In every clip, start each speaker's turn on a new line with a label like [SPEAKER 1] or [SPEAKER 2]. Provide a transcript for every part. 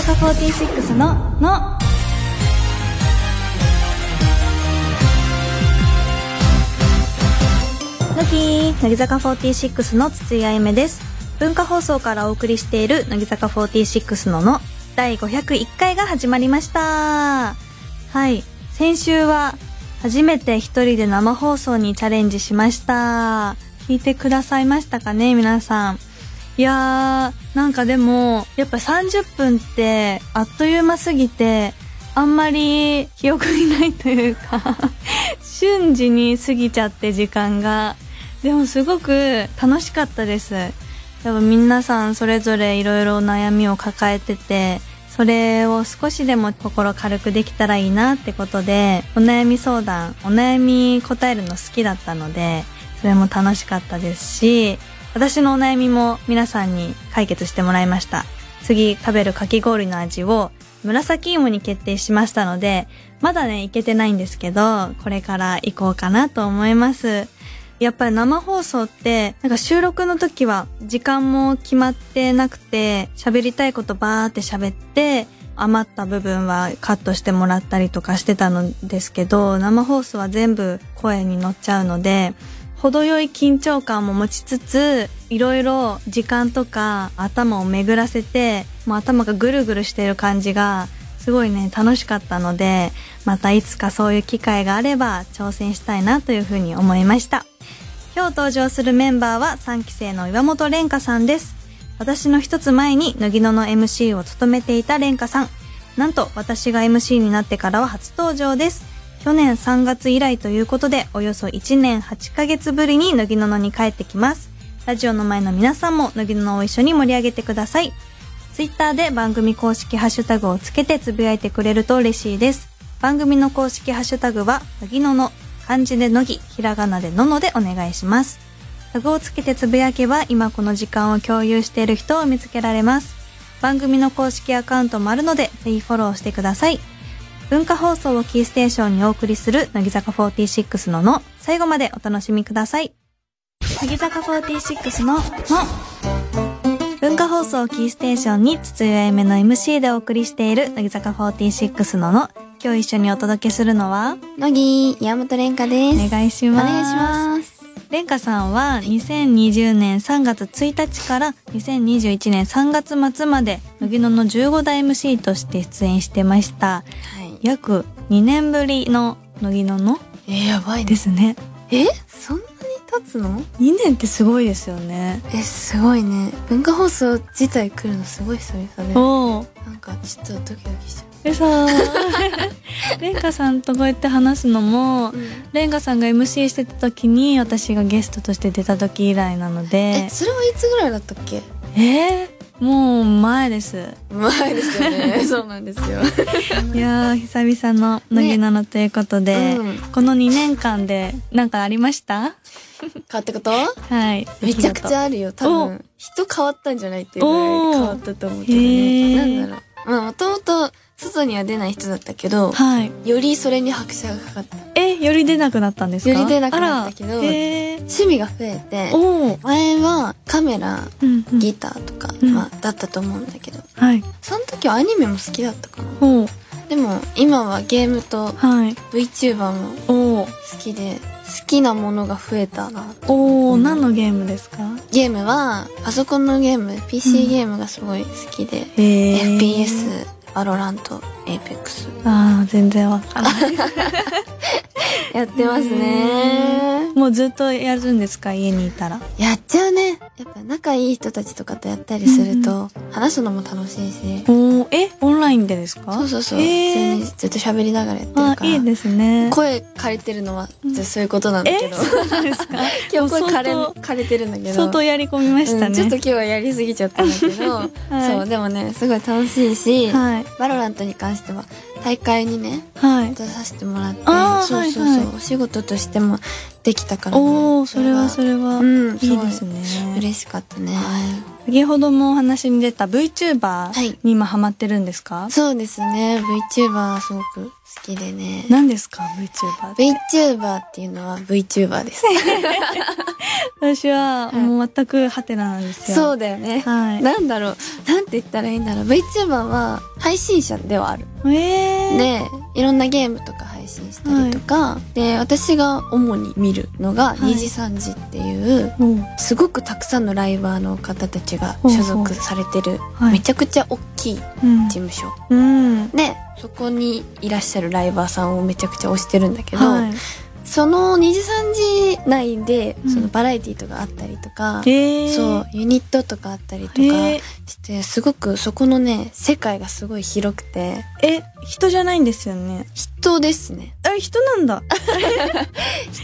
[SPEAKER 1] 坂46の「の」のきー乃木坂46の筒井あゆめです文化放送からお送りしている乃木坂46の「の」第501回が始まりましたはい先週は初めて一人で生放送にチャレンジしました聞いてくださいましたかね皆さんいやー、なんかでも、やっぱ30分って、あっという間すぎて、あんまり記憶にないというか、瞬時に過ぎちゃって時間が。でもすごく楽しかったです。多分皆さんそれぞれいろいろ悩みを抱えてて、それを少しでも心軽くできたらいいなってことで、お悩み相談、お悩み答えるの好きだったので、それも楽しかったですし、私のお悩みも皆さんに解決してもらいました。次、食べるかき氷の味を紫芋に決定しましたので、まだね、いけてないんですけど、これから行こうかなと思います。やっぱり生放送って、なんか収録の時は時間も決まってなくて、喋りたいことバーって喋って、余った部分はカットしてもらったりとかしてたのですけど、生放送は全部声に乗っちゃうので、程よい緊張感も持ちつつ、いろいろ時間とか頭を巡らせて、もう頭がぐるぐるしてる感じが、すごいね、楽しかったので、またいつかそういう機会があれば挑戦したいなというふうに思いました。今日登場するメンバーは3期生の岩本蓮香さんです。私の一つ前に乃木野の MC を務めていた蓮香さん。なんと私が MC になってからは初登場です。去年3月以来ということで、およそ1年8ヶ月ぶりに乃木野のに帰ってきます。ラジオの前の皆さんも乃木野のを一緒に盛り上げてください。ツイッターで番組公式ハッシュタグをつけてつぶやいてくれると嬉しいです。番組の公式ハッシュタグは、のぎのの、漢字でのぎ、ひらがなでののでお願いします。タグをつけてつぶやけば、今この時間を共有している人を見つけられます。番組の公式アカウントもあるので、ぜひフォローしてください。文化放送をキーステーションにお送りする、乃木坂46のの、最後までお楽しみください。乃木坂46のの、文化放送キーステーションに筒井あゆめの MC でお送りしている乃木坂46のの今日一緒にお届けするのは
[SPEAKER 2] 乃木山本蓮香で
[SPEAKER 1] お
[SPEAKER 2] す。
[SPEAKER 1] 願いします
[SPEAKER 2] お願いします。
[SPEAKER 1] レンカさんは2020年3月1日から2021年3月末まで乃木野の15代 MC として出演してました
[SPEAKER 2] はい。
[SPEAKER 1] 約2年ぶりの乃木野の
[SPEAKER 2] えー、やばい。
[SPEAKER 1] ですすね
[SPEAKER 2] え、そんなに経つの？
[SPEAKER 1] 2年ってすごいですよね
[SPEAKER 2] え、すごいね。文化放送自体来るのすごい久々ね。
[SPEAKER 1] おお
[SPEAKER 2] なんかちょっとドキドキしちゃ
[SPEAKER 1] えさレンカさんとこうやって話すのも
[SPEAKER 2] う。
[SPEAKER 1] レンガさんが MC してた時に私がゲストとして出た時以来なので
[SPEAKER 2] え、それはいつぐらいだったっけ？
[SPEAKER 1] えー、もう前です
[SPEAKER 2] 前ですよね。 そうなんですよ。
[SPEAKER 1] いやー久々の乃木なのということで、
[SPEAKER 2] うん
[SPEAKER 1] この2年間で何かありました
[SPEAKER 2] 変わったこと？
[SPEAKER 1] はい
[SPEAKER 2] めちゃくちゃあるよ。多分人変わったんじゃないっていうぐらい変わったと思うけど
[SPEAKER 1] おー
[SPEAKER 2] ね。
[SPEAKER 1] へ
[SPEAKER 2] な
[SPEAKER 1] ー
[SPEAKER 2] んだろう。まあもともと外には出ない人だったけど、
[SPEAKER 1] はい
[SPEAKER 2] よりそれに拍車がかかった。
[SPEAKER 1] えより出なくなったんですか
[SPEAKER 2] より出なくなったけど
[SPEAKER 1] あらえー、
[SPEAKER 2] 趣味が増えて。
[SPEAKER 1] おお、
[SPEAKER 2] 前はカメラ
[SPEAKER 1] うんうん
[SPEAKER 2] ギターとか、
[SPEAKER 1] うん
[SPEAKER 2] まあ、だったと思うんだけど
[SPEAKER 1] はい
[SPEAKER 2] その時はアニメも好きだったかな
[SPEAKER 1] おお
[SPEAKER 2] でも今はゲームと
[SPEAKER 1] はい
[SPEAKER 2] VTuber も
[SPEAKER 1] おお
[SPEAKER 2] 好きで好きなものが増えたな
[SPEAKER 1] おお、
[SPEAKER 2] うん
[SPEAKER 1] 何のゲームですか
[SPEAKER 2] ゲームはパソコンのゲーム PC ゲームがすごい好きで、
[SPEAKER 1] えー
[SPEAKER 2] FPS バロラント APEX
[SPEAKER 1] ああ全然わからない
[SPEAKER 2] やってますね
[SPEAKER 1] もうずっとやるんですか家にいたら
[SPEAKER 2] やっちゃうねやっぱ仲いい人たちとかとやったりすると話すのも楽しいし
[SPEAKER 1] おおえオンラインでですか
[SPEAKER 2] そうそうそう、
[SPEAKER 1] え
[SPEAKER 2] 全
[SPEAKER 1] ー
[SPEAKER 2] 然ずっと喋りながらやってる
[SPEAKER 1] あ
[SPEAKER 2] から
[SPEAKER 1] いいですね
[SPEAKER 2] 声借りてるのは、
[SPEAKER 1] うん
[SPEAKER 2] じゃあそういうことなんだけ
[SPEAKER 1] え
[SPEAKER 2] ど
[SPEAKER 1] そうなんですか
[SPEAKER 2] 今日声借
[SPEAKER 1] も
[SPEAKER 2] り
[SPEAKER 1] う相当
[SPEAKER 2] 借りてるんだけど
[SPEAKER 1] 相当やり込みまし
[SPEAKER 2] う
[SPEAKER 1] たね、
[SPEAKER 2] んちょっと今日はやりすぎちゃったんだけど、
[SPEAKER 1] はい
[SPEAKER 2] そうでもねすごい楽しいし、
[SPEAKER 1] はい
[SPEAKER 2] バロラントに関しては大会にね
[SPEAKER 1] はい
[SPEAKER 2] 出させてもらって
[SPEAKER 1] あー
[SPEAKER 2] そうそうそう、
[SPEAKER 1] はいはい
[SPEAKER 2] お仕事としてもできたからね。
[SPEAKER 1] おおそれはそれは、
[SPEAKER 2] うん
[SPEAKER 1] いいです
[SPEAKER 2] すごい
[SPEAKER 1] ね
[SPEAKER 2] 嬉しかったね。
[SPEAKER 1] 先ほどもお話に出た VTuber
[SPEAKER 2] はい
[SPEAKER 1] に今ハマってるんですか、
[SPEAKER 2] そうですね。VTuber すごく好きでね。
[SPEAKER 1] 何ですか VTuber って
[SPEAKER 2] VTuber っていうのは VTuber です。
[SPEAKER 1] 私は
[SPEAKER 2] はい
[SPEAKER 1] もう全くハテナなんです よ、
[SPEAKER 2] そうだよね。
[SPEAKER 1] はい
[SPEAKER 2] なんだろう。なんて言ったらいいんだろう。VTuber は配信者ではある。
[SPEAKER 1] えー、
[SPEAKER 2] で、いろんなゲームとか配信したりとか、で、私が主に見るのが
[SPEAKER 1] はい
[SPEAKER 2] 2時3時っていう、
[SPEAKER 1] おう
[SPEAKER 2] すごくたくさんのライバーの方たちが所属されてる、
[SPEAKER 1] はい
[SPEAKER 2] めちゃくちゃ大きい事
[SPEAKER 1] うん
[SPEAKER 2] 務所。
[SPEAKER 1] うん
[SPEAKER 2] で、そこにいらっしゃるライバーさんをめちゃくちゃ推してるんだけど、
[SPEAKER 1] は
[SPEAKER 2] その2時3時内で、
[SPEAKER 1] うん
[SPEAKER 2] そのバラエティとかあったりとか、
[SPEAKER 1] いえー、
[SPEAKER 2] そう、ユニットとかあったりとか
[SPEAKER 1] えー
[SPEAKER 2] して、すごくそこのね、世界がすごい広くて、
[SPEAKER 1] え人じゃないんですよね
[SPEAKER 2] 人ですね。
[SPEAKER 1] あ人なんだ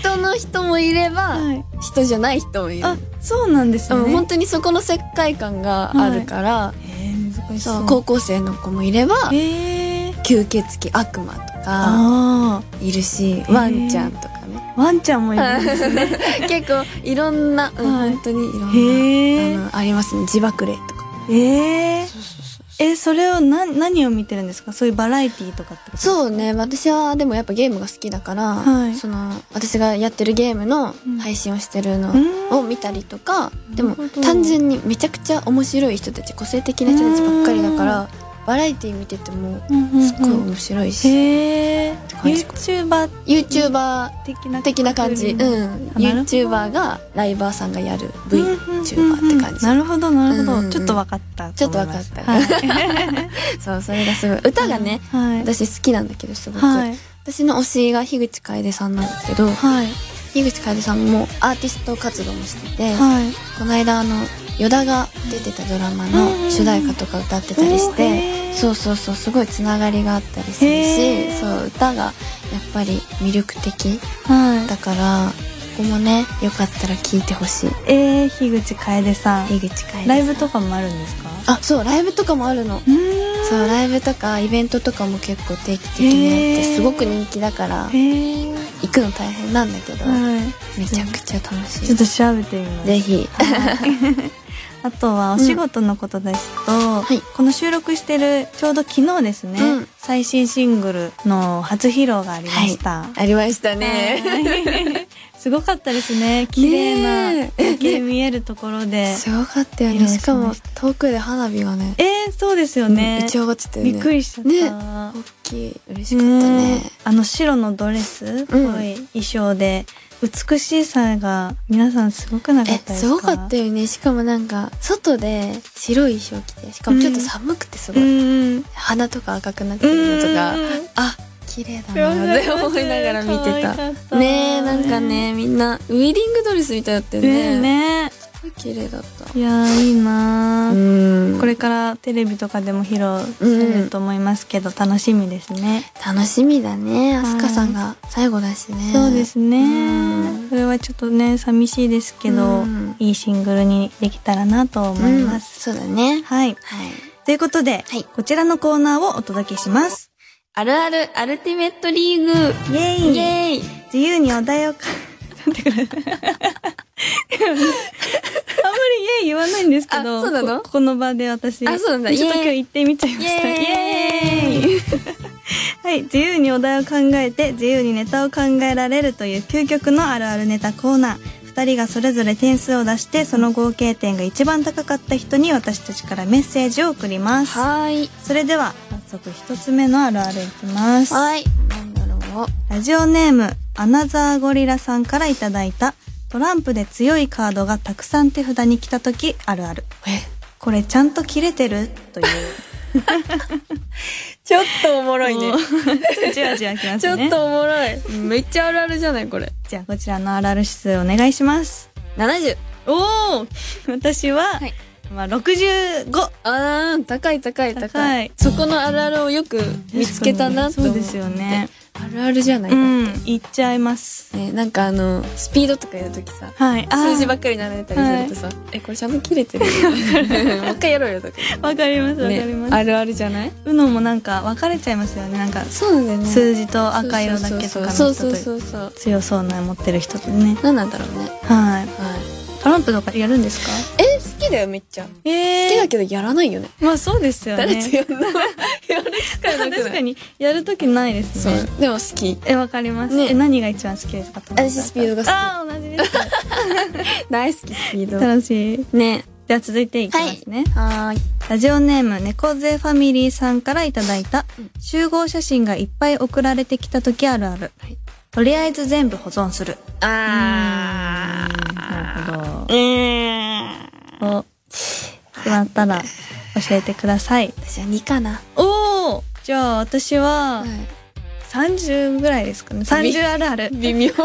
[SPEAKER 2] 人の人もいれば、
[SPEAKER 1] はい
[SPEAKER 2] 人じゃない人もいる。
[SPEAKER 1] あそうなんです
[SPEAKER 2] うん、
[SPEAKER 1] ね、
[SPEAKER 2] 本当にそこの世界観があるから、
[SPEAKER 1] えー、難し
[SPEAKER 2] そ
[SPEAKER 1] そうう
[SPEAKER 2] 高校生の子もいれば、
[SPEAKER 1] えー、
[SPEAKER 2] 吸血鬼悪魔とか、
[SPEAKER 1] あ
[SPEAKER 2] いるし、
[SPEAKER 1] ー
[SPEAKER 2] ワンちゃんとかね。
[SPEAKER 1] あワンちゃんもいるんですね
[SPEAKER 2] 結構、いろんな、うん
[SPEAKER 1] はい
[SPEAKER 2] 本当にいろんな、
[SPEAKER 1] へー
[SPEAKER 2] あの、ありますね。自爆霊とか。
[SPEAKER 1] えー、
[SPEAKER 2] そうそうそうそう。
[SPEAKER 1] えそれをな何を見てるんですかそういうバラエティーとかってこと
[SPEAKER 2] そうね私はでもやっぱゲームが好きだから、
[SPEAKER 1] はい
[SPEAKER 2] その私がやってるゲームの
[SPEAKER 1] うん
[SPEAKER 2] 配信をしてるの
[SPEAKER 1] うん
[SPEAKER 2] を見たりとか、で
[SPEAKER 1] な
[SPEAKER 2] も
[SPEAKER 1] るほど
[SPEAKER 2] 単純にめちゃくちゃ面白い人たち個性的な人たちばっかりだから、バラエティ見てても
[SPEAKER 1] うんうんうん
[SPEAKER 2] すっごい面白いし、
[SPEAKER 1] へえ
[SPEAKER 2] て感じか
[SPEAKER 1] YouTuber
[SPEAKER 2] YouTuber
[SPEAKER 1] 的な
[SPEAKER 2] 的な感じ、うん、
[SPEAKER 1] あなるほど
[SPEAKER 2] YouTuber がライバーさんがやる
[SPEAKER 1] うん
[SPEAKER 2] VTuber って感じ、
[SPEAKER 1] なるほどなるほど、
[SPEAKER 2] うんうん
[SPEAKER 1] ちょっと分かった
[SPEAKER 2] ちょっと
[SPEAKER 1] わ
[SPEAKER 2] 分かった、
[SPEAKER 1] はい、
[SPEAKER 2] そうそれがすごい歌がね、
[SPEAKER 1] はい
[SPEAKER 2] 私好きなんだけどすごく、
[SPEAKER 1] はい
[SPEAKER 2] 私の推しが樋口楓さんなんだけど、
[SPEAKER 1] はい
[SPEAKER 2] 樋口楓さんもアーティスト活動もしてて、
[SPEAKER 1] はい
[SPEAKER 2] この間あの依田が出てたドラマ
[SPEAKER 1] うんうんう
[SPEAKER 2] の
[SPEAKER 1] ん
[SPEAKER 2] 主題歌とか歌ってたりして、
[SPEAKER 1] おーへー
[SPEAKER 2] そうそうそうすごいつながりがあったりする
[SPEAKER 1] へ
[SPEAKER 2] し
[SPEAKER 1] ー
[SPEAKER 2] そう歌がやっぱり魅力的
[SPEAKER 1] は
[SPEAKER 2] だからここもねよかったら聞いてほしい
[SPEAKER 1] いえー、樋口楓さん
[SPEAKER 2] 樋口楓さん
[SPEAKER 1] ライブとかもあるんですか
[SPEAKER 2] あそうライブとかもあるの
[SPEAKER 1] うーん
[SPEAKER 2] そうライブとかイベントとかも結構定期的にやって
[SPEAKER 1] へー
[SPEAKER 2] すごく人気だから
[SPEAKER 1] へえ
[SPEAKER 2] 行くの大変なんだけど、
[SPEAKER 1] は
[SPEAKER 2] めちゃくちゃ楽し
[SPEAKER 1] い
[SPEAKER 2] い
[SPEAKER 1] ちょっと調べてみます
[SPEAKER 2] ぜひ
[SPEAKER 1] あとはお仕事のことですと、
[SPEAKER 2] はい
[SPEAKER 1] この収録してるちょうど昨日ですね、
[SPEAKER 2] うん
[SPEAKER 1] 最新シングルの初披露がありました。
[SPEAKER 2] ありましたね、
[SPEAKER 1] はいすごかったですね。綺麗な
[SPEAKER 2] ねえ
[SPEAKER 1] 夜景見えるところで。
[SPEAKER 2] すごかったよ
[SPEAKER 1] 披露
[SPEAKER 2] ね
[SPEAKER 1] しまし
[SPEAKER 2] したかも遠くで花火がね
[SPEAKER 1] えー、そうですよね
[SPEAKER 2] 打。ち上がってたよね
[SPEAKER 1] びっくりしちゃった。
[SPEAKER 2] ね大きい嬉しかったね
[SPEAKER 1] ねあの白のドレスっぽい衣装で、美しさが皆さんすごくなか
[SPEAKER 2] え
[SPEAKER 1] ったですか
[SPEAKER 2] すごかったよねしかもなんか外で白い衣装着てしかもちょっと寒くてすご
[SPEAKER 1] う
[SPEAKER 2] い、
[SPEAKER 1] ん。
[SPEAKER 2] 鼻とか赤くなってるのとか、
[SPEAKER 1] うん
[SPEAKER 2] あ綺麗だなって思いながら見て
[SPEAKER 1] 可愛か
[SPEAKER 2] た
[SPEAKER 1] った
[SPEAKER 2] ねえなんかねみんなウェディングドレスみたいだったよ
[SPEAKER 1] ね
[SPEAKER 2] ね
[SPEAKER 1] ね
[SPEAKER 2] すごい綺麗だった
[SPEAKER 1] いやーいいなー、
[SPEAKER 2] うん
[SPEAKER 1] これからテレビとかでも披露されると思いますけど、楽しみですね、
[SPEAKER 2] 楽しみだね
[SPEAKER 1] は
[SPEAKER 2] あ
[SPEAKER 1] い
[SPEAKER 2] すかさんが最後だしね
[SPEAKER 1] そうです
[SPEAKER 2] うん
[SPEAKER 1] ねそれはちょっとね寂しいですけど、
[SPEAKER 2] うん
[SPEAKER 1] いいシングルにできたらなと思います、
[SPEAKER 2] うんそうだね
[SPEAKER 1] はい
[SPEAKER 2] はい
[SPEAKER 1] ということで、
[SPEAKER 2] はい
[SPEAKER 1] こちらのコーナーをお届けします
[SPEAKER 2] あるあるアルティメットリーグ
[SPEAKER 1] イエ
[SPEAKER 2] イ
[SPEAKER 1] ーイ
[SPEAKER 2] エーイ
[SPEAKER 1] 自由にお題をか ちょっと待ってくださいあんまりイエーイ言わないんですけど
[SPEAKER 2] あそうなの
[SPEAKER 1] ここの場で私
[SPEAKER 2] あそうなんだ
[SPEAKER 1] ちょっと
[SPEAKER 2] イエーイ
[SPEAKER 1] 今日行ってみちゃいました
[SPEAKER 2] イエーイ
[SPEAKER 1] イエーイはい自由にお題を考えて自由にネタを考えられるという究極のあるあるネタコーナー2人がそれぞれ点数を出してその合計点が一番高かった人に私たちからメッセージを送ります
[SPEAKER 2] はーい
[SPEAKER 1] それでは早速1つ目のあるあるいきます
[SPEAKER 2] はーいなんだろう
[SPEAKER 1] ラジオネーム、アナザーゴリラさんからいただいた、トランプで強いカードがたくさん手札に来た時あるある。
[SPEAKER 2] え
[SPEAKER 1] これちゃんと切れてるという。
[SPEAKER 2] ちょっとおもろ
[SPEAKER 1] もうじわじわきますね。
[SPEAKER 2] おもろいめっちゃあるあるじゃないこれ
[SPEAKER 1] じゃあこちらのあるある指数お願いします。
[SPEAKER 2] 70
[SPEAKER 1] おお私は、
[SPEAKER 2] はい
[SPEAKER 1] まあ65。
[SPEAKER 2] あー高い高い高い
[SPEAKER 1] 高い
[SPEAKER 2] そこのあるあるをよく見つけたなと思っ て
[SPEAKER 1] そうですよね。
[SPEAKER 2] あるるあるじゃない、
[SPEAKER 3] うん、行っちゃいます。
[SPEAKER 2] ね、なんかあの、スピードとかやるときさ、
[SPEAKER 3] はい。あー
[SPEAKER 2] 数字ばっかり並べたりするとさ、え、これちゃんと切れてるもう一回やろうよとか。
[SPEAKER 3] わかります、わかり
[SPEAKER 2] ね
[SPEAKER 3] ま、す。
[SPEAKER 2] あるあるじゃない
[SPEAKER 3] ウノもなんか分かれちゃいますよね。なんか、
[SPEAKER 2] そうなんだよね。
[SPEAKER 3] 数字と赤色だけとかの
[SPEAKER 2] そう
[SPEAKER 3] 人
[SPEAKER 2] そう
[SPEAKER 3] と
[SPEAKER 2] そうそう。
[SPEAKER 3] 強そうな持ってる人とね。
[SPEAKER 2] 何なんだろうね。
[SPEAKER 3] はい。
[SPEAKER 2] はい。
[SPEAKER 3] トランプとかやるんですか
[SPEAKER 2] え、好きだよ、めっちゃ。好
[SPEAKER 3] え
[SPEAKER 2] きだけどやらないよね。
[SPEAKER 3] まあそうですよね。
[SPEAKER 2] 誰とやんの やる機会なくない
[SPEAKER 3] 確かに、やるときないです
[SPEAKER 2] そう
[SPEAKER 3] ね。。
[SPEAKER 2] でも好き。
[SPEAKER 3] え、わかります。
[SPEAKER 2] ね
[SPEAKER 3] え、何が一番好きですか
[SPEAKER 2] 私スピードが好き
[SPEAKER 3] ああ、同じです。
[SPEAKER 2] 大好き、スピード。
[SPEAKER 3] 楽しい。
[SPEAKER 2] ね。
[SPEAKER 3] じゃあ続いていきますね。
[SPEAKER 2] はーい。
[SPEAKER 1] ラジオネーム猫背ファミリーさんからいただいた
[SPEAKER 2] うん
[SPEAKER 1] 集合写真がいっぱい送られてきた時あるある
[SPEAKER 2] はい。
[SPEAKER 1] とりあえず全部保存する。
[SPEAKER 2] あ
[SPEAKER 1] なる
[SPEAKER 2] ー。
[SPEAKER 1] ほ
[SPEAKER 2] うーん。
[SPEAKER 1] ど。お、決まったら教えてください。
[SPEAKER 2] 私は2かな。
[SPEAKER 1] おおじゃあ私は
[SPEAKER 2] はい。
[SPEAKER 1] 30ぐらいですかね。30あるある。
[SPEAKER 2] 微妙だ。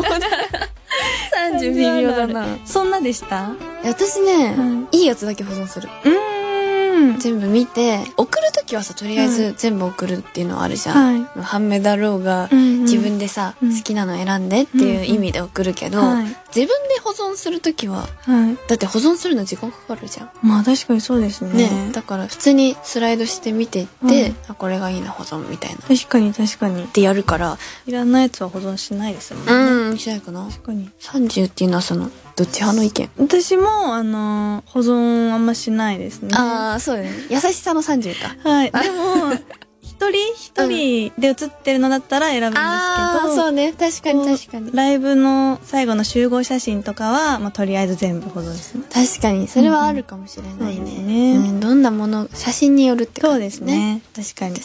[SPEAKER 2] 30微妙だ
[SPEAKER 1] 30あるあ
[SPEAKER 2] な
[SPEAKER 1] る。。そんなでした
[SPEAKER 2] 私ね、
[SPEAKER 1] うん
[SPEAKER 2] いいやつだけ保存する。
[SPEAKER 1] うーん。
[SPEAKER 2] 全部見て、送るときはさ、とりあえず全部送るっていうのはあるじゃん。
[SPEAKER 1] はい。
[SPEAKER 2] 半目だろうが、
[SPEAKER 1] うんうん
[SPEAKER 2] 自分でさ、
[SPEAKER 1] うん
[SPEAKER 2] 好きなの選んでっていう意味で送るけど、
[SPEAKER 1] はい
[SPEAKER 2] 自分で保存するときは、
[SPEAKER 1] はい。
[SPEAKER 2] だって保存するの時間かかるじゃん。
[SPEAKER 1] まあ確かにそうです
[SPEAKER 2] ね
[SPEAKER 1] ね。
[SPEAKER 2] だから普通にスライドして見ていって、
[SPEAKER 1] うん
[SPEAKER 2] あ、これがいいな、保存みたいな。っ
[SPEAKER 1] 確かに確かに。
[SPEAKER 2] てやるから、
[SPEAKER 1] いらないやつは保存しないですもんね。
[SPEAKER 2] うん、しないかな。
[SPEAKER 1] 確かに。
[SPEAKER 2] 30っていうのはその、どっち派の意見
[SPEAKER 1] 私も、あのー保存あんましないですね。
[SPEAKER 2] ああ、そうだね。優しさの30か。
[SPEAKER 1] はい。でも、一人一人で写ってるのだったら選ぶんですけど、
[SPEAKER 2] ああ、そうね。確かに確かに。
[SPEAKER 1] ライブの最後の集合写真とかは、まあ、とりあえず全部保存します。
[SPEAKER 2] 確かにそれはあるかもしれない
[SPEAKER 1] うんそうです
[SPEAKER 2] ね,、
[SPEAKER 1] ね
[SPEAKER 2] うんどんなもの写真によるって
[SPEAKER 1] そ
[SPEAKER 2] 感
[SPEAKER 1] う
[SPEAKER 2] じ
[SPEAKER 1] ですね。確かに。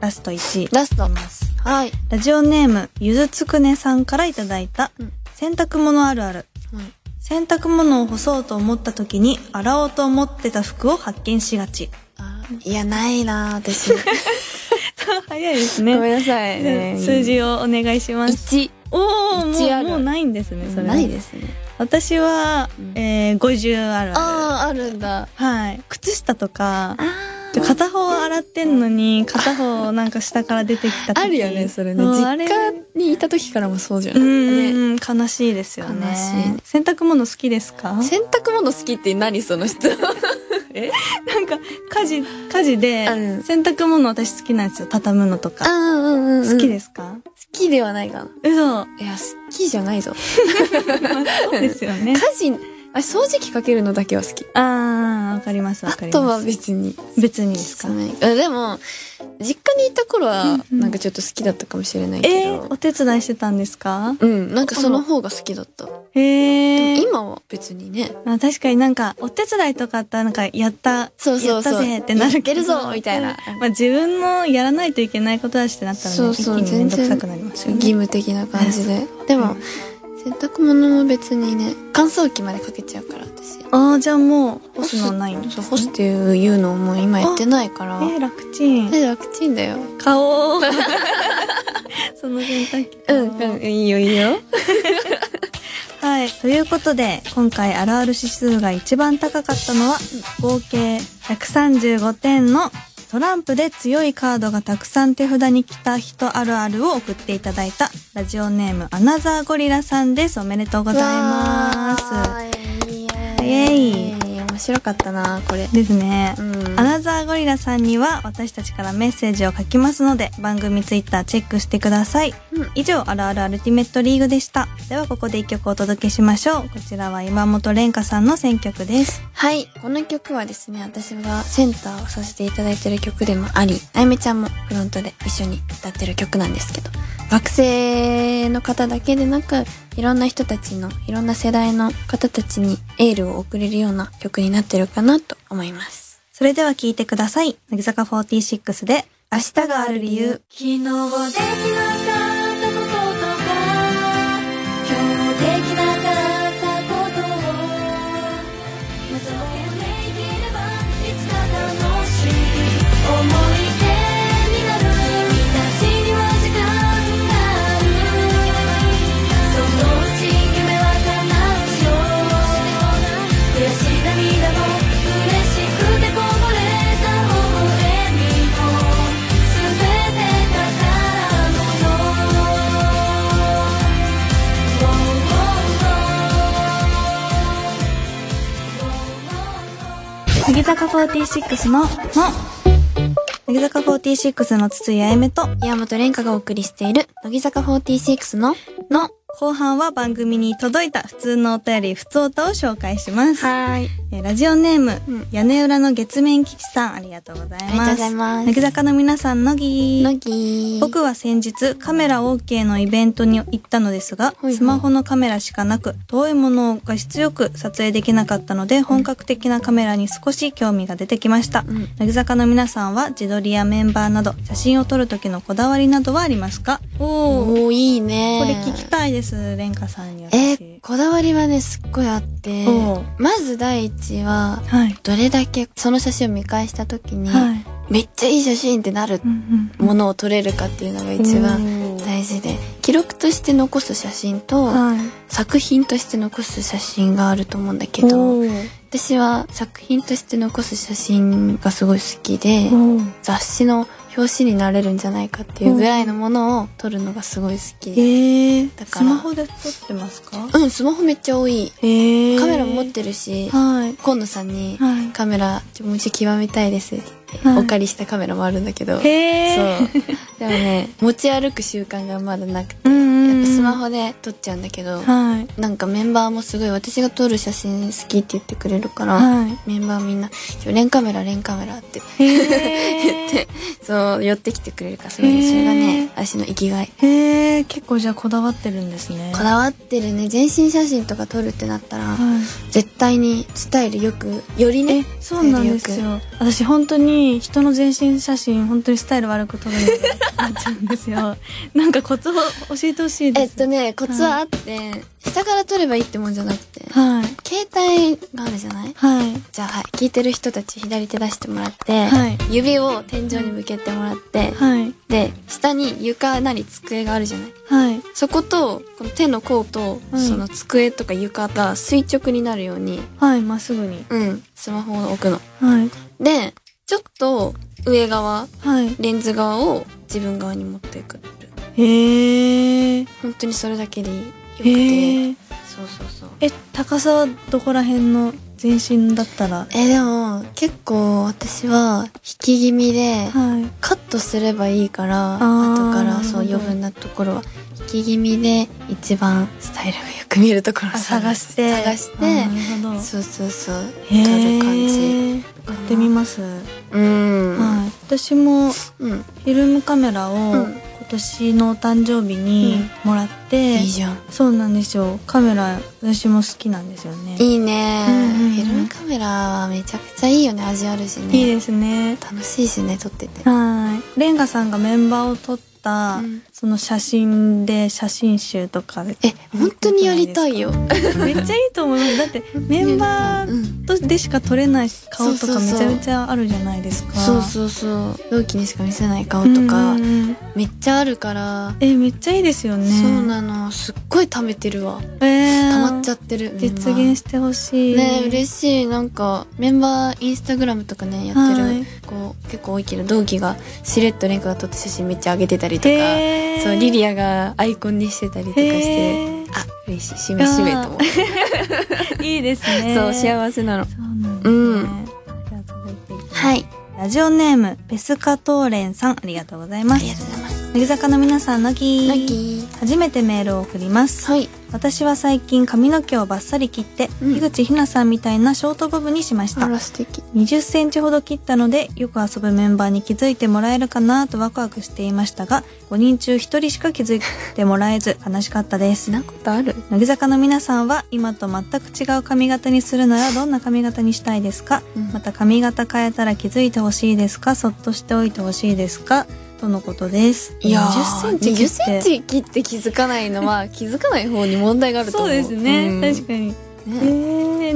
[SPEAKER 1] ラスト1位。
[SPEAKER 2] ラスト
[SPEAKER 1] ます
[SPEAKER 2] はい、
[SPEAKER 1] ラジオネーム、ゆずつくねさんからいただいた
[SPEAKER 2] うん、
[SPEAKER 1] 洗濯物あるある。洗濯物を干そうと思った時に、洗おうと思ってた服を発見しが ち。
[SPEAKER 2] あいやないな 私
[SPEAKER 1] 早いです
[SPEAKER 2] ご
[SPEAKER 1] ね。
[SPEAKER 2] めんなさい、ね、
[SPEAKER 1] 数字をお願いします。
[SPEAKER 2] 1
[SPEAKER 1] おおも
[SPEAKER 2] 一あ
[SPEAKER 1] う
[SPEAKER 2] る
[SPEAKER 1] もうないんですね、それは。
[SPEAKER 2] ないですね
[SPEAKER 1] 私は
[SPEAKER 2] うん、
[SPEAKER 1] えー、50あるある。
[SPEAKER 2] あああるんだ
[SPEAKER 1] はい。靴下とか、
[SPEAKER 2] あ
[SPEAKER 1] で片方洗ってんのに、片方なんか下から出てきた時
[SPEAKER 2] あるよねそれね
[SPEAKER 1] うん
[SPEAKER 2] 実
[SPEAKER 1] あれ
[SPEAKER 2] 家にいた時からもそうじゃ、
[SPEAKER 1] う
[SPEAKER 2] ね
[SPEAKER 1] んん、悲しいですよね。
[SPEAKER 2] 悲しい
[SPEAKER 1] 洗濯物好きですか
[SPEAKER 2] 洗濯物好きって何その質問 え
[SPEAKER 1] なんか、家事、家事で
[SPEAKER 2] う、ん
[SPEAKER 1] 洗濯物私好きなんですよ。畳むのとか。
[SPEAKER 2] うんうん
[SPEAKER 1] 好き
[SPEAKER 2] す
[SPEAKER 1] ですか
[SPEAKER 2] 好きではないかな
[SPEAKER 1] 嘘。
[SPEAKER 2] いや好きじゃないぞ
[SPEAKER 1] そうですよ
[SPEAKER 2] 家
[SPEAKER 1] ね。
[SPEAKER 2] 事あ掃除機かけるのだけは好き
[SPEAKER 1] あー、わかります、わ
[SPEAKER 2] あ
[SPEAKER 1] かります。
[SPEAKER 2] とは別に
[SPEAKER 1] 別にですか
[SPEAKER 2] あでも実家にいた頃は
[SPEAKER 1] うんうん
[SPEAKER 2] なんかちょっと好きだったかもしれないけど、
[SPEAKER 1] えー、お手伝いしてたんですか
[SPEAKER 2] うんなんかその方が好きだった、
[SPEAKER 1] へえ。
[SPEAKER 2] 今は別にね
[SPEAKER 1] まあ確かになんか、お手伝いとかあったらなんか、やった、
[SPEAKER 2] そうそうそう
[SPEAKER 1] やったぜってなるけど。
[SPEAKER 2] やってるぞみたいな
[SPEAKER 1] まあ自分のやらないといけないことだしってなったらね、
[SPEAKER 2] そうそう
[SPEAKER 1] 一気にめんどくさくなりますよ
[SPEAKER 2] 義
[SPEAKER 1] ね。
[SPEAKER 2] 務的な感じででも洗濯物も別にね乾燥機までかけちゃうから私
[SPEAKER 1] ああ、じゃあもう、干すのないんです
[SPEAKER 2] そう干すっていうのをもう今やってないから
[SPEAKER 1] えー、楽ちん。
[SPEAKER 2] え楽ちんだよ
[SPEAKER 1] 顔。 その洗濯機。
[SPEAKER 2] うんいいよいいよ
[SPEAKER 1] はい。ということで、今回あるある指数が一番高かったのは、合計135点のトランプで強いカードがたくさん手札に来た人あるあるを送っていただいたラジオネームアナザーゴリラさんです。おめでとうございま
[SPEAKER 2] イ
[SPEAKER 1] イエ
[SPEAKER 2] エ
[SPEAKER 1] イ
[SPEAKER 2] イ面白かったなこれ
[SPEAKER 1] す。ですね
[SPEAKER 2] う。ん
[SPEAKER 1] アナザーゴリラさんには私たちからメッセージを書きますので番組ツイッターチェックしてください、
[SPEAKER 2] うん
[SPEAKER 1] 以上「あるあるアルティメットリーグ」でしたではここで一曲お届けしましょうこちらは今本蓮香さんの選曲です
[SPEAKER 2] はい。この曲はですね、私がセンターをさせていただいてる曲でもあり、あゆめちゃんもフロントで一緒に歌ってる曲なんですけど、学生の方だけでなく、いろんな人たちの、いろんな世代の方たちにエールを送れるような曲になってるかなと思います。
[SPEAKER 1] それでは聴いてください乃木坂46で「明日がある理由」
[SPEAKER 4] 昨日できなかったこととか今日できなかったことをまた応援できればいつか楽しい思い出になる君たちには時間があるそのうち夢は叶うよ悔しい涙も嬉しくてこぼれた微笑みも全て宝物
[SPEAKER 5] 乃木坂46の、の、乃木坂46の筒井あやめと、
[SPEAKER 2] 岩本蓮香がお送りしている、乃木坂46の、
[SPEAKER 1] の後半は番組に届いた普通のお便り、普通歌を紹介します。
[SPEAKER 2] はい。
[SPEAKER 1] えーラジオネーム、
[SPEAKER 2] うん
[SPEAKER 1] 屋根裏の月面基地さん、ありがとうございます。
[SPEAKER 2] ありがとうございます
[SPEAKER 1] 乃木坂の皆さん、乃木。
[SPEAKER 2] 乃木。
[SPEAKER 1] 僕は先日カメラ OK のイベントに行ったのですが、
[SPEAKER 2] いはい
[SPEAKER 1] スマホのカメラしかなく遠いものが必要く撮影できなかったので本格的なカメラに少し興味が出てきました、
[SPEAKER 2] うん
[SPEAKER 1] 乃木坂の皆さんは自撮りやメンバーなど写真を撮る時のこだわりなどはありますかおー
[SPEAKER 2] おー、いいね。
[SPEAKER 1] これ聞きたいですレンカさんに
[SPEAKER 2] え
[SPEAKER 1] 私
[SPEAKER 2] ーこだわりはね、すっごいあって
[SPEAKER 1] おう、
[SPEAKER 2] まず第一は、
[SPEAKER 1] はい
[SPEAKER 2] どれだけその写真を見返した時に、
[SPEAKER 1] はい、
[SPEAKER 2] めっちゃいい写真ってなる
[SPEAKER 1] うん
[SPEAKER 2] ものを撮れるかっていうのが一番大事で、記録として残す写真と、
[SPEAKER 1] うんはい
[SPEAKER 2] 作品として残す写真があると思うんだけど、
[SPEAKER 1] お
[SPEAKER 2] 私は作品として残す写真がすごい好きで、
[SPEAKER 1] ー
[SPEAKER 2] 雑誌の表紙になれるんじゃないかっていうぐらいのものを撮るのがすごい好き
[SPEAKER 1] え
[SPEAKER 2] で。
[SPEAKER 1] ー、
[SPEAKER 2] だから
[SPEAKER 1] スマホで撮ってますか
[SPEAKER 2] うん、スマホめっちゃ多い。
[SPEAKER 1] えー
[SPEAKER 2] カメラ持ってるし、
[SPEAKER 1] はい
[SPEAKER 2] 今野さんに
[SPEAKER 1] はい
[SPEAKER 2] カメラちょもうちょい極めたいですって言って、
[SPEAKER 1] はい
[SPEAKER 2] お借りしたカメラもあるんだけど、そう。
[SPEAKER 1] へー
[SPEAKER 2] でもね、持ち歩く習慣がまだなくて、
[SPEAKER 1] うんうんうん
[SPEAKER 2] やっぱスマホで撮っちゃうんだけど、
[SPEAKER 1] はい
[SPEAKER 2] なんかメンバーもすごい私が撮る写真好きって言ってくれるから、
[SPEAKER 1] は
[SPEAKER 2] メンバーみんな、ちょレンカメラ、レンカメラ って、
[SPEAKER 1] い。へー
[SPEAKER 2] そう、寄ってきてくれるから、すごい
[SPEAKER 1] へ
[SPEAKER 2] ね
[SPEAKER 1] ー
[SPEAKER 2] それがね、私の生きがい。
[SPEAKER 1] へー結構じゃあこだわってるんですね。
[SPEAKER 2] こだわってるね、全身写真とか撮るってなったら、
[SPEAKER 1] はい。
[SPEAKER 2] 絶対にスタイルよく、よりね、
[SPEAKER 1] そうなんですよ。私本当に人の全身写真本当にスタイル悪く撮るのがなっちゃうんで すよ。なんかコツを教えてほしい
[SPEAKER 2] え
[SPEAKER 1] で
[SPEAKER 2] っ
[SPEAKER 1] す。
[SPEAKER 2] とね、コツはあって、下から撮ればいいってもんじゃなくて、
[SPEAKER 1] はい
[SPEAKER 2] 携帯があるじゃない
[SPEAKER 1] はい
[SPEAKER 2] じゃあ、はい、聞いてる人たち左手出してもらって、
[SPEAKER 1] はい
[SPEAKER 2] 指を天井に向けてもらって、
[SPEAKER 1] はい
[SPEAKER 2] で、下に床なり机があるじゃない
[SPEAKER 1] はい。
[SPEAKER 2] そこと、この手の甲と、
[SPEAKER 1] はい
[SPEAKER 2] その机とか床が垂直になるように、
[SPEAKER 1] はい、まっすぐに。
[SPEAKER 2] うん、スマホを置くの。
[SPEAKER 1] はい。
[SPEAKER 2] で、ちょっと上側、
[SPEAKER 1] はい。
[SPEAKER 2] レンズ側を自分側に持ってくる。
[SPEAKER 1] へえ。
[SPEAKER 2] 本当にそれだけでよく
[SPEAKER 1] へ
[SPEAKER 2] て。
[SPEAKER 1] え。
[SPEAKER 2] そうそうそう。
[SPEAKER 1] え、高さはどこら辺の全身だったら。
[SPEAKER 2] え、でも、結構私は引き気味で、
[SPEAKER 1] はい。
[SPEAKER 2] カットすればいいから、
[SPEAKER 1] ー
[SPEAKER 2] 後からそう
[SPEAKER 1] なる
[SPEAKER 2] 余
[SPEAKER 1] ほど
[SPEAKER 2] 分なところは、引き気味で一番スタイルがよく見えるところを
[SPEAKER 1] あ探して。
[SPEAKER 2] 探し
[SPEAKER 1] あな
[SPEAKER 2] て、
[SPEAKER 1] るほど。
[SPEAKER 2] そうそうそう、撮
[SPEAKER 1] へ
[SPEAKER 2] る
[SPEAKER 1] え
[SPEAKER 2] 感じ。
[SPEAKER 1] やってみます、
[SPEAKER 2] うん。
[SPEAKER 1] はい私も
[SPEAKER 2] うん。
[SPEAKER 1] フィルムカメラを
[SPEAKER 2] うん
[SPEAKER 1] 今年のお誕生日にもらって、
[SPEAKER 2] いいじゃん。
[SPEAKER 1] そうなんですよカメラ私も好きなんですよね
[SPEAKER 2] いいね、
[SPEAKER 1] うんうんうん
[SPEAKER 2] フィルムカメラはめちゃくちゃいいよね味あるしね
[SPEAKER 1] いいですね
[SPEAKER 2] 楽しいしね撮ってて
[SPEAKER 1] はいレンガさんがメンバーを撮った、
[SPEAKER 2] うん
[SPEAKER 1] その写真で写真集とかで
[SPEAKER 2] え本当にやりたいよ、
[SPEAKER 1] めっちゃいいと思いますだってメンバ
[SPEAKER 2] う
[SPEAKER 1] ー
[SPEAKER 2] ん、
[SPEAKER 1] とでしか撮れない顔と
[SPEAKER 2] そうそう
[SPEAKER 1] かめ
[SPEAKER 2] そう
[SPEAKER 1] ちゃめちゃあるじゃないですか
[SPEAKER 2] そうそうそう同期にしか見せない顔とか、
[SPEAKER 1] うんうんうん
[SPEAKER 2] めっちゃあるから、
[SPEAKER 1] えめっちゃいいですよね
[SPEAKER 2] そうなのすっごい貯めてるわ
[SPEAKER 1] えー
[SPEAKER 2] 溜まっちゃってる
[SPEAKER 1] 実現
[SPEAKER 2] し
[SPEAKER 1] してほしい。
[SPEAKER 2] ね
[SPEAKER 1] しい。
[SPEAKER 2] 嬉しいなんかメンバーインスタグラムとかねやってる、
[SPEAKER 1] はい
[SPEAKER 2] こう結構多いけど同期がしれっとレンカが撮った写真めっちゃ上げてたりとか、
[SPEAKER 1] へー
[SPEAKER 2] そうリリアがアイコンにしてたりとかして、
[SPEAKER 1] へ
[SPEAKER 2] あ嬉しいしめしめと思って
[SPEAKER 1] ーいいです ね。
[SPEAKER 2] そう、
[SPEAKER 1] そう
[SPEAKER 2] 幸せなの。
[SPEAKER 1] なんですね。じゃあ続いていきます。
[SPEAKER 2] はい。
[SPEAKER 1] ラジオネーム、ペスカトーレンさん、ありがとうございま
[SPEAKER 2] あ
[SPEAKER 1] す
[SPEAKER 2] り。がとうございます。
[SPEAKER 1] 乃木坂の皆さん、乃木。
[SPEAKER 2] ラッキ
[SPEAKER 1] 初めてメールを送ります。
[SPEAKER 2] ー。はい。
[SPEAKER 1] 私は最近髪の毛をバッサリ切って、
[SPEAKER 2] うん
[SPEAKER 1] 樋口ひなさんみたいなショートボブにしました
[SPEAKER 2] あ。ら、素敵。
[SPEAKER 1] 20センチほど切ったのでよく遊ぶメンバーに気づいてもらえるかなとワクワクしていましたが5人中1人しか気づいてもらえず悲しかったです
[SPEAKER 2] なことある
[SPEAKER 1] 乃木坂の皆さんは今と全く違う髪型にするならどんな髪型にしたいですか、
[SPEAKER 2] うん
[SPEAKER 1] また髪型変えたら気づいてほしいですかそっとしておいてほしいですかとのことです
[SPEAKER 2] 20セ
[SPEAKER 1] 20セ
[SPEAKER 2] ン
[SPEAKER 1] ン
[SPEAKER 2] チ。20センチ
[SPEAKER 1] チ切って
[SPEAKER 2] 切って気づかないのは、気づかない方に問題があると
[SPEAKER 1] そ
[SPEAKER 2] 思
[SPEAKER 1] う
[SPEAKER 2] う。
[SPEAKER 1] ですね、
[SPEAKER 2] うん
[SPEAKER 1] 確かに
[SPEAKER 2] ね
[SPEAKER 1] え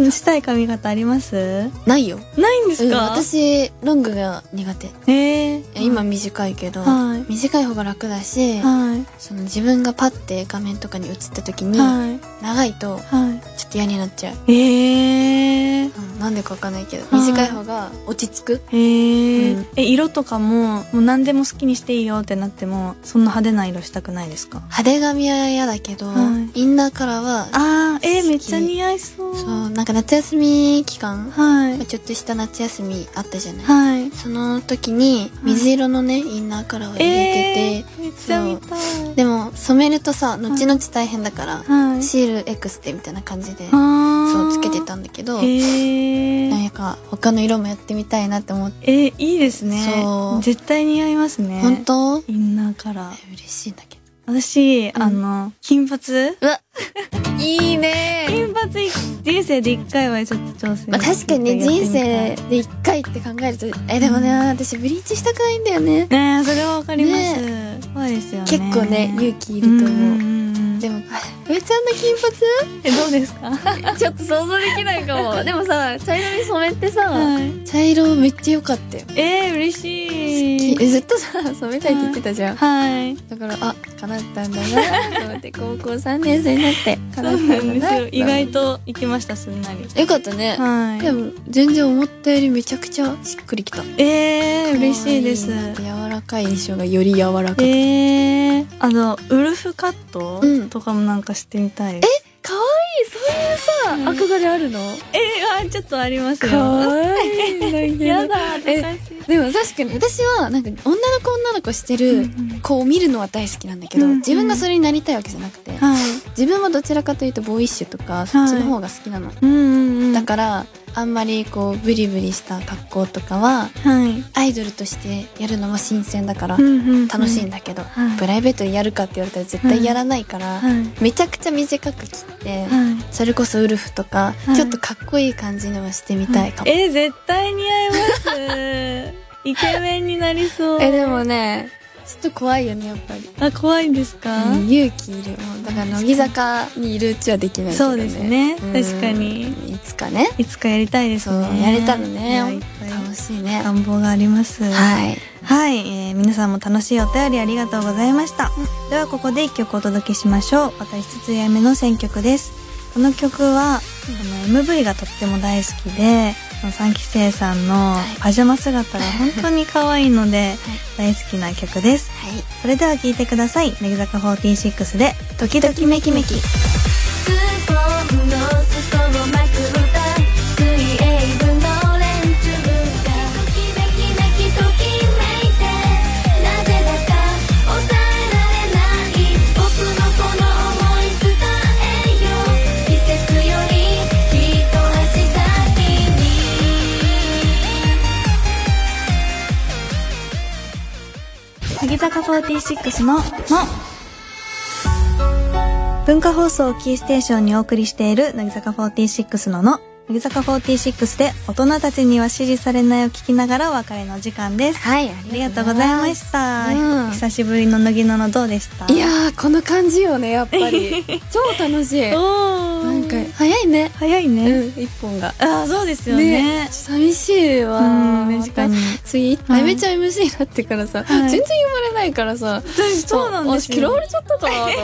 [SPEAKER 1] ー、したい髪型あります
[SPEAKER 2] ないよ。
[SPEAKER 1] ないんで
[SPEAKER 2] う
[SPEAKER 1] す
[SPEAKER 2] ん、
[SPEAKER 1] か、
[SPEAKER 2] 私、ロングが苦手。
[SPEAKER 1] えー、
[SPEAKER 2] 今短いけど、
[SPEAKER 1] はい
[SPEAKER 2] 短い方が楽だし、
[SPEAKER 1] はい
[SPEAKER 2] その自分がパッて画面とかに映った時に、
[SPEAKER 1] はい
[SPEAKER 2] 長いと
[SPEAKER 1] はい
[SPEAKER 2] ちょっと嫌になっちゃう。
[SPEAKER 1] ええー。
[SPEAKER 2] うんなんでかわかんないけど
[SPEAKER 1] あー
[SPEAKER 2] 短い方が落ち着く
[SPEAKER 1] へえ、
[SPEAKER 2] うん
[SPEAKER 1] え色とかももう何でも好きにしていいよってなってもそんな派手な色したくないですか
[SPEAKER 2] 派手髪は嫌だけど、
[SPEAKER 1] は
[SPEAKER 2] インナーカラーは
[SPEAKER 1] あーえー、めっちゃ
[SPEAKER 2] 好き
[SPEAKER 1] 似合いそう
[SPEAKER 2] そうなんか夏休み期間、
[SPEAKER 1] はい
[SPEAKER 2] ちょっとした夏休みあったじゃない、
[SPEAKER 1] はい
[SPEAKER 2] その時に水色のね、インナーカラーを入れ
[SPEAKER 1] え
[SPEAKER 2] て
[SPEAKER 1] ー、めっちゃ見たい
[SPEAKER 2] てでも染めるとさ後々大変だから、
[SPEAKER 1] はい
[SPEAKER 2] シールエクステみたいな感じで、
[SPEAKER 1] あ
[SPEAKER 2] そうつけて
[SPEAKER 1] た
[SPEAKER 2] たんだけど、
[SPEAKER 1] へえ
[SPEAKER 2] なんか他の色もやってみたいなって思って、
[SPEAKER 1] えーいいですね
[SPEAKER 2] そう
[SPEAKER 1] 絶対似合いますね
[SPEAKER 2] 本当
[SPEAKER 1] インナーカラー
[SPEAKER 2] 嬉しいんだけど
[SPEAKER 1] 私、あの金髪
[SPEAKER 2] うわいいね
[SPEAKER 1] 金髪人生で一回はちょっと挑戦
[SPEAKER 2] まあ、確かにね
[SPEAKER 1] ちょっとや
[SPEAKER 2] 人
[SPEAKER 1] ってみたい
[SPEAKER 2] 生で一回って考えるとえでもね私ブリーチしたくないんだよね
[SPEAKER 1] ねえそれはわかります、そうですよね
[SPEAKER 2] 結構ね勇気いると思う、
[SPEAKER 1] んんん
[SPEAKER 2] でも上ちゃんの金
[SPEAKER 1] えどうですか
[SPEAKER 2] 髪ちょっと想像できないか もでもさ茶色に染めってさ、
[SPEAKER 1] はい
[SPEAKER 2] 茶色めっちゃ良かったよ
[SPEAKER 1] えー、嬉し
[SPEAKER 2] え
[SPEAKER 1] い
[SPEAKER 2] ずっとさ染めたいって言ってたじゃん
[SPEAKER 1] はい
[SPEAKER 2] だからあ叶ったんだなと思って高校3年生になって
[SPEAKER 1] そう
[SPEAKER 2] 叶
[SPEAKER 1] な
[SPEAKER 2] ったんだ
[SPEAKER 1] んです
[SPEAKER 2] な
[SPEAKER 1] よ意外と行きましたすんなり
[SPEAKER 2] よかったね、で
[SPEAKER 1] は
[SPEAKER 2] も全然思ったよりめちゃくちゃしっくりきた
[SPEAKER 1] いえー、嬉しいです
[SPEAKER 2] 可愛なって柔らかい印象がより柔らかく
[SPEAKER 1] えー、あのウルフカット、
[SPEAKER 2] うん
[SPEAKER 1] とかもなんかしてみたいです
[SPEAKER 2] 可愛いそういうさ、憧れあるの
[SPEAKER 1] ええー、あちょっとありますよ
[SPEAKER 2] 可愛いんだけど
[SPEAKER 1] やだ恥ずかしい
[SPEAKER 2] でも確かに私はなんか女の子女の子してる子を見るのは大好きなんだけど、
[SPEAKER 1] うんうん
[SPEAKER 2] 自分がそれになりたいわけじゃなくて、
[SPEAKER 1] はい
[SPEAKER 2] 自分はどちらかというとボーイッシュとかそっちの方が好きなの、
[SPEAKER 1] うんうんうん
[SPEAKER 2] だからあんまりこうブリブリした格好とかは
[SPEAKER 1] はい
[SPEAKER 2] アイドルとしてやるのも新鮮だから楽
[SPEAKER 1] 楽
[SPEAKER 2] しいんだけど、
[SPEAKER 1] はい
[SPEAKER 2] プライベートでやるかって言われたら絶対やらないから、
[SPEAKER 1] はい
[SPEAKER 2] めちゃくちゃ短く切って、
[SPEAKER 1] はい
[SPEAKER 2] それこそウルフとか、
[SPEAKER 1] はい
[SPEAKER 2] ちょっとかっこいい感じのはしてみたいかも、
[SPEAKER 1] えー絶対似合いますイケメンになりそう
[SPEAKER 2] えでもねちょっと怖いよねやっぱり、
[SPEAKER 1] あ怖いんですか、
[SPEAKER 2] うん勇気いるもうだから乃木坂にいるうちはできないけど、ね、
[SPEAKER 1] そうですね
[SPEAKER 2] うん
[SPEAKER 1] 確かに
[SPEAKER 2] いつかね
[SPEAKER 1] いつかやりたいです
[SPEAKER 2] そう
[SPEAKER 1] ね
[SPEAKER 2] やれたら
[SPEAKER 1] や
[SPEAKER 2] ね
[SPEAKER 1] りたい
[SPEAKER 2] 楽しいね
[SPEAKER 1] 願望がありますはい、
[SPEAKER 2] はい
[SPEAKER 1] えー皆さんも楽しいお便りありがとうございました、ではここで一曲お届けしましょう私筒井あやめの選曲ですこの曲は、あの MV がとっても大好きであの三期生さんの
[SPEAKER 2] い
[SPEAKER 1] パジャマ姿が本当に可愛いので、大好きな曲です
[SPEAKER 2] はい
[SPEAKER 1] それでは聴いてください乃木坂46で「ドキドキメキメキ」
[SPEAKER 6] スポンの裾をまく歌水泳部の連中がキメキメキときめいてなぜだか抑えられない僕のこの想い伝えよう季節より一足先に
[SPEAKER 1] 乃木坂46の「の」文化放送をキーステーションにお送りしている乃木坂46の「の」乃木坂46で大人たちには支持されないを聞きながらお別れの時間です
[SPEAKER 2] はい
[SPEAKER 1] ありがとうございま
[SPEAKER 2] た
[SPEAKER 1] した、
[SPEAKER 2] うん
[SPEAKER 1] 久しぶりの乃木ののどうでした
[SPEAKER 2] いやーこの感じよねやっぱ り超楽しい
[SPEAKER 1] お
[SPEAKER 2] な
[SPEAKER 1] ー
[SPEAKER 2] んか早いね
[SPEAKER 1] 早いうね、
[SPEAKER 2] ん一本が
[SPEAKER 1] ああそうですよね
[SPEAKER 2] 寂しいわ
[SPEAKER 1] うん確かに
[SPEAKER 2] 次
[SPEAKER 1] い
[SPEAKER 2] あゆめちゃん MC になってからさ、
[SPEAKER 1] はい
[SPEAKER 2] 全然呼ばれないからさ
[SPEAKER 1] そうなんです
[SPEAKER 2] あ私嫌わ
[SPEAKER 1] よ
[SPEAKER 2] れちゃったかなと思って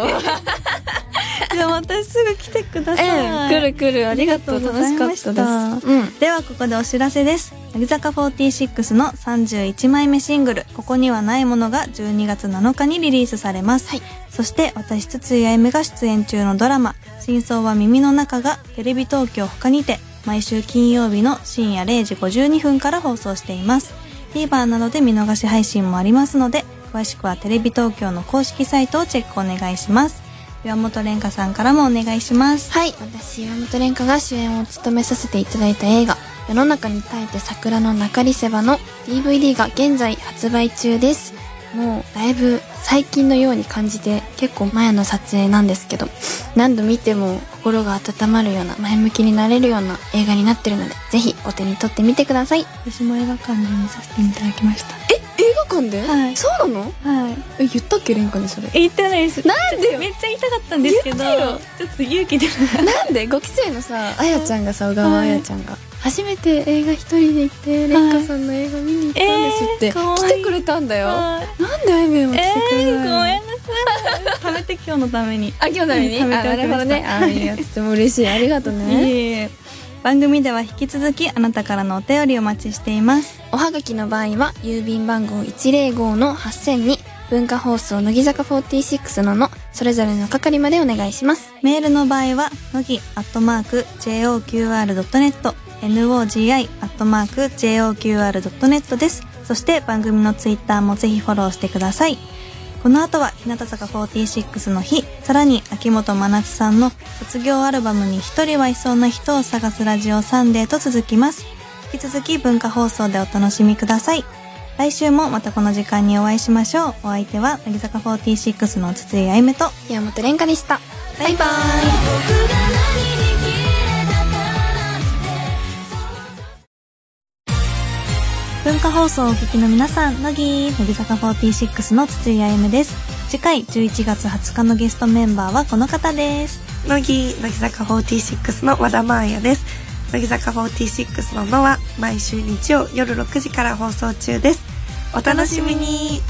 [SPEAKER 1] じゃあまたすぐ来てください、
[SPEAKER 2] ええ来る来るありがとう楽しかったです
[SPEAKER 1] ありがとうございました
[SPEAKER 2] うん
[SPEAKER 1] ではここでお知らせです乃木坂46の31枚目シングル「ここにはないもの」が12月7日にリリースされます、
[SPEAKER 2] はい
[SPEAKER 1] そして私筒井あゆみが出演中のドラマ「真相は耳の中」がテレビ東京他にて毎週金曜日の深夜0時52分から放送しています TVer などで見逃し配信もありますので詳しくはテレビ東京の公式サイトをチェックお願いします岩本蓮香さんからもお願いします
[SPEAKER 2] はい私岩本蓮香が主演を務めさせていただいた映画「世の中に耐えて桜の中りせば」の DVD が現在発売中ですもうだいぶ最近のように感じて結構前の撮影なんですけど何度見ても心が温まるような前向きになれるような映画になってるのでぜひお手に取ってみてください
[SPEAKER 1] 私も映画館で見させていただきました
[SPEAKER 2] え映画館で、
[SPEAKER 1] はい
[SPEAKER 2] そうなの
[SPEAKER 1] はい
[SPEAKER 2] え言ったっけ蓮香にそれ
[SPEAKER 1] 言ってないです
[SPEAKER 2] なんでよ
[SPEAKER 1] めっちゃ痛かったんですけどち
[SPEAKER 2] 言ってよ
[SPEAKER 1] ょっと勇気出なかっ
[SPEAKER 2] なんで5期生のさあやちゃんがさ小川あやちゃんが、初めて映画一人で行って
[SPEAKER 1] はい
[SPEAKER 2] 蓮香さんの映画見に行ったんですって、
[SPEAKER 1] えーかわい
[SPEAKER 2] 来
[SPEAKER 1] い
[SPEAKER 2] てくれたんだよな
[SPEAKER 1] た
[SPEAKER 2] んであいみょんは
[SPEAKER 1] え
[SPEAKER 2] 来てくれ
[SPEAKER 1] ー、ごめん
[SPEAKER 2] ないの、
[SPEAKER 1] なさい貯めて今日のために
[SPEAKER 2] あ今日のように
[SPEAKER 1] うん
[SPEAKER 2] あ
[SPEAKER 1] 食べて
[SPEAKER 2] なるほど
[SPEAKER 1] おき
[SPEAKER 2] ね
[SPEAKER 1] ま
[SPEAKER 2] あいやとても嬉しいありがとう
[SPEAKER 1] い
[SPEAKER 2] ね
[SPEAKER 1] えいえ番組では引き続きあなたからのお便りをお待ちしています
[SPEAKER 2] おはがきの場合は郵便番号105の8000に文化放送乃木坂46ののそれぞれの係までお願いします
[SPEAKER 1] メールの場合は乃木アットマーク JOQR.net nogi アットマーク JOQR.net ですそして番組のツイッターもぜひフォローしてくださいこの後は日向坂46の日さらに秋元真夏さんの卒業アルバムに一人はいそうな人を探すラジオサンデーと続きます引き続き文化放送でお楽しみください来週もまたこの時間にお会いしましょうお相手は乃木坂46の筒井あゆめと
[SPEAKER 2] 岩本蓮香でした
[SPEAKER 1] バイバ
[SPEAKER 7] 僕
[SPEAKER 1] イ
[SPEAKER 7] が何に切れたかなんて
[SPEAKER 1] 文化放送をお聞きの皆さん、乃木乃木坂46の筒井あゆむです。次回11月20日のゲストメンバーはこの方です。
[SPEAKER 8] 乃木乃木坂46の和田真彩です乃木坂46の「の」は毎週日曜夜6時から放送中ですお楽しみに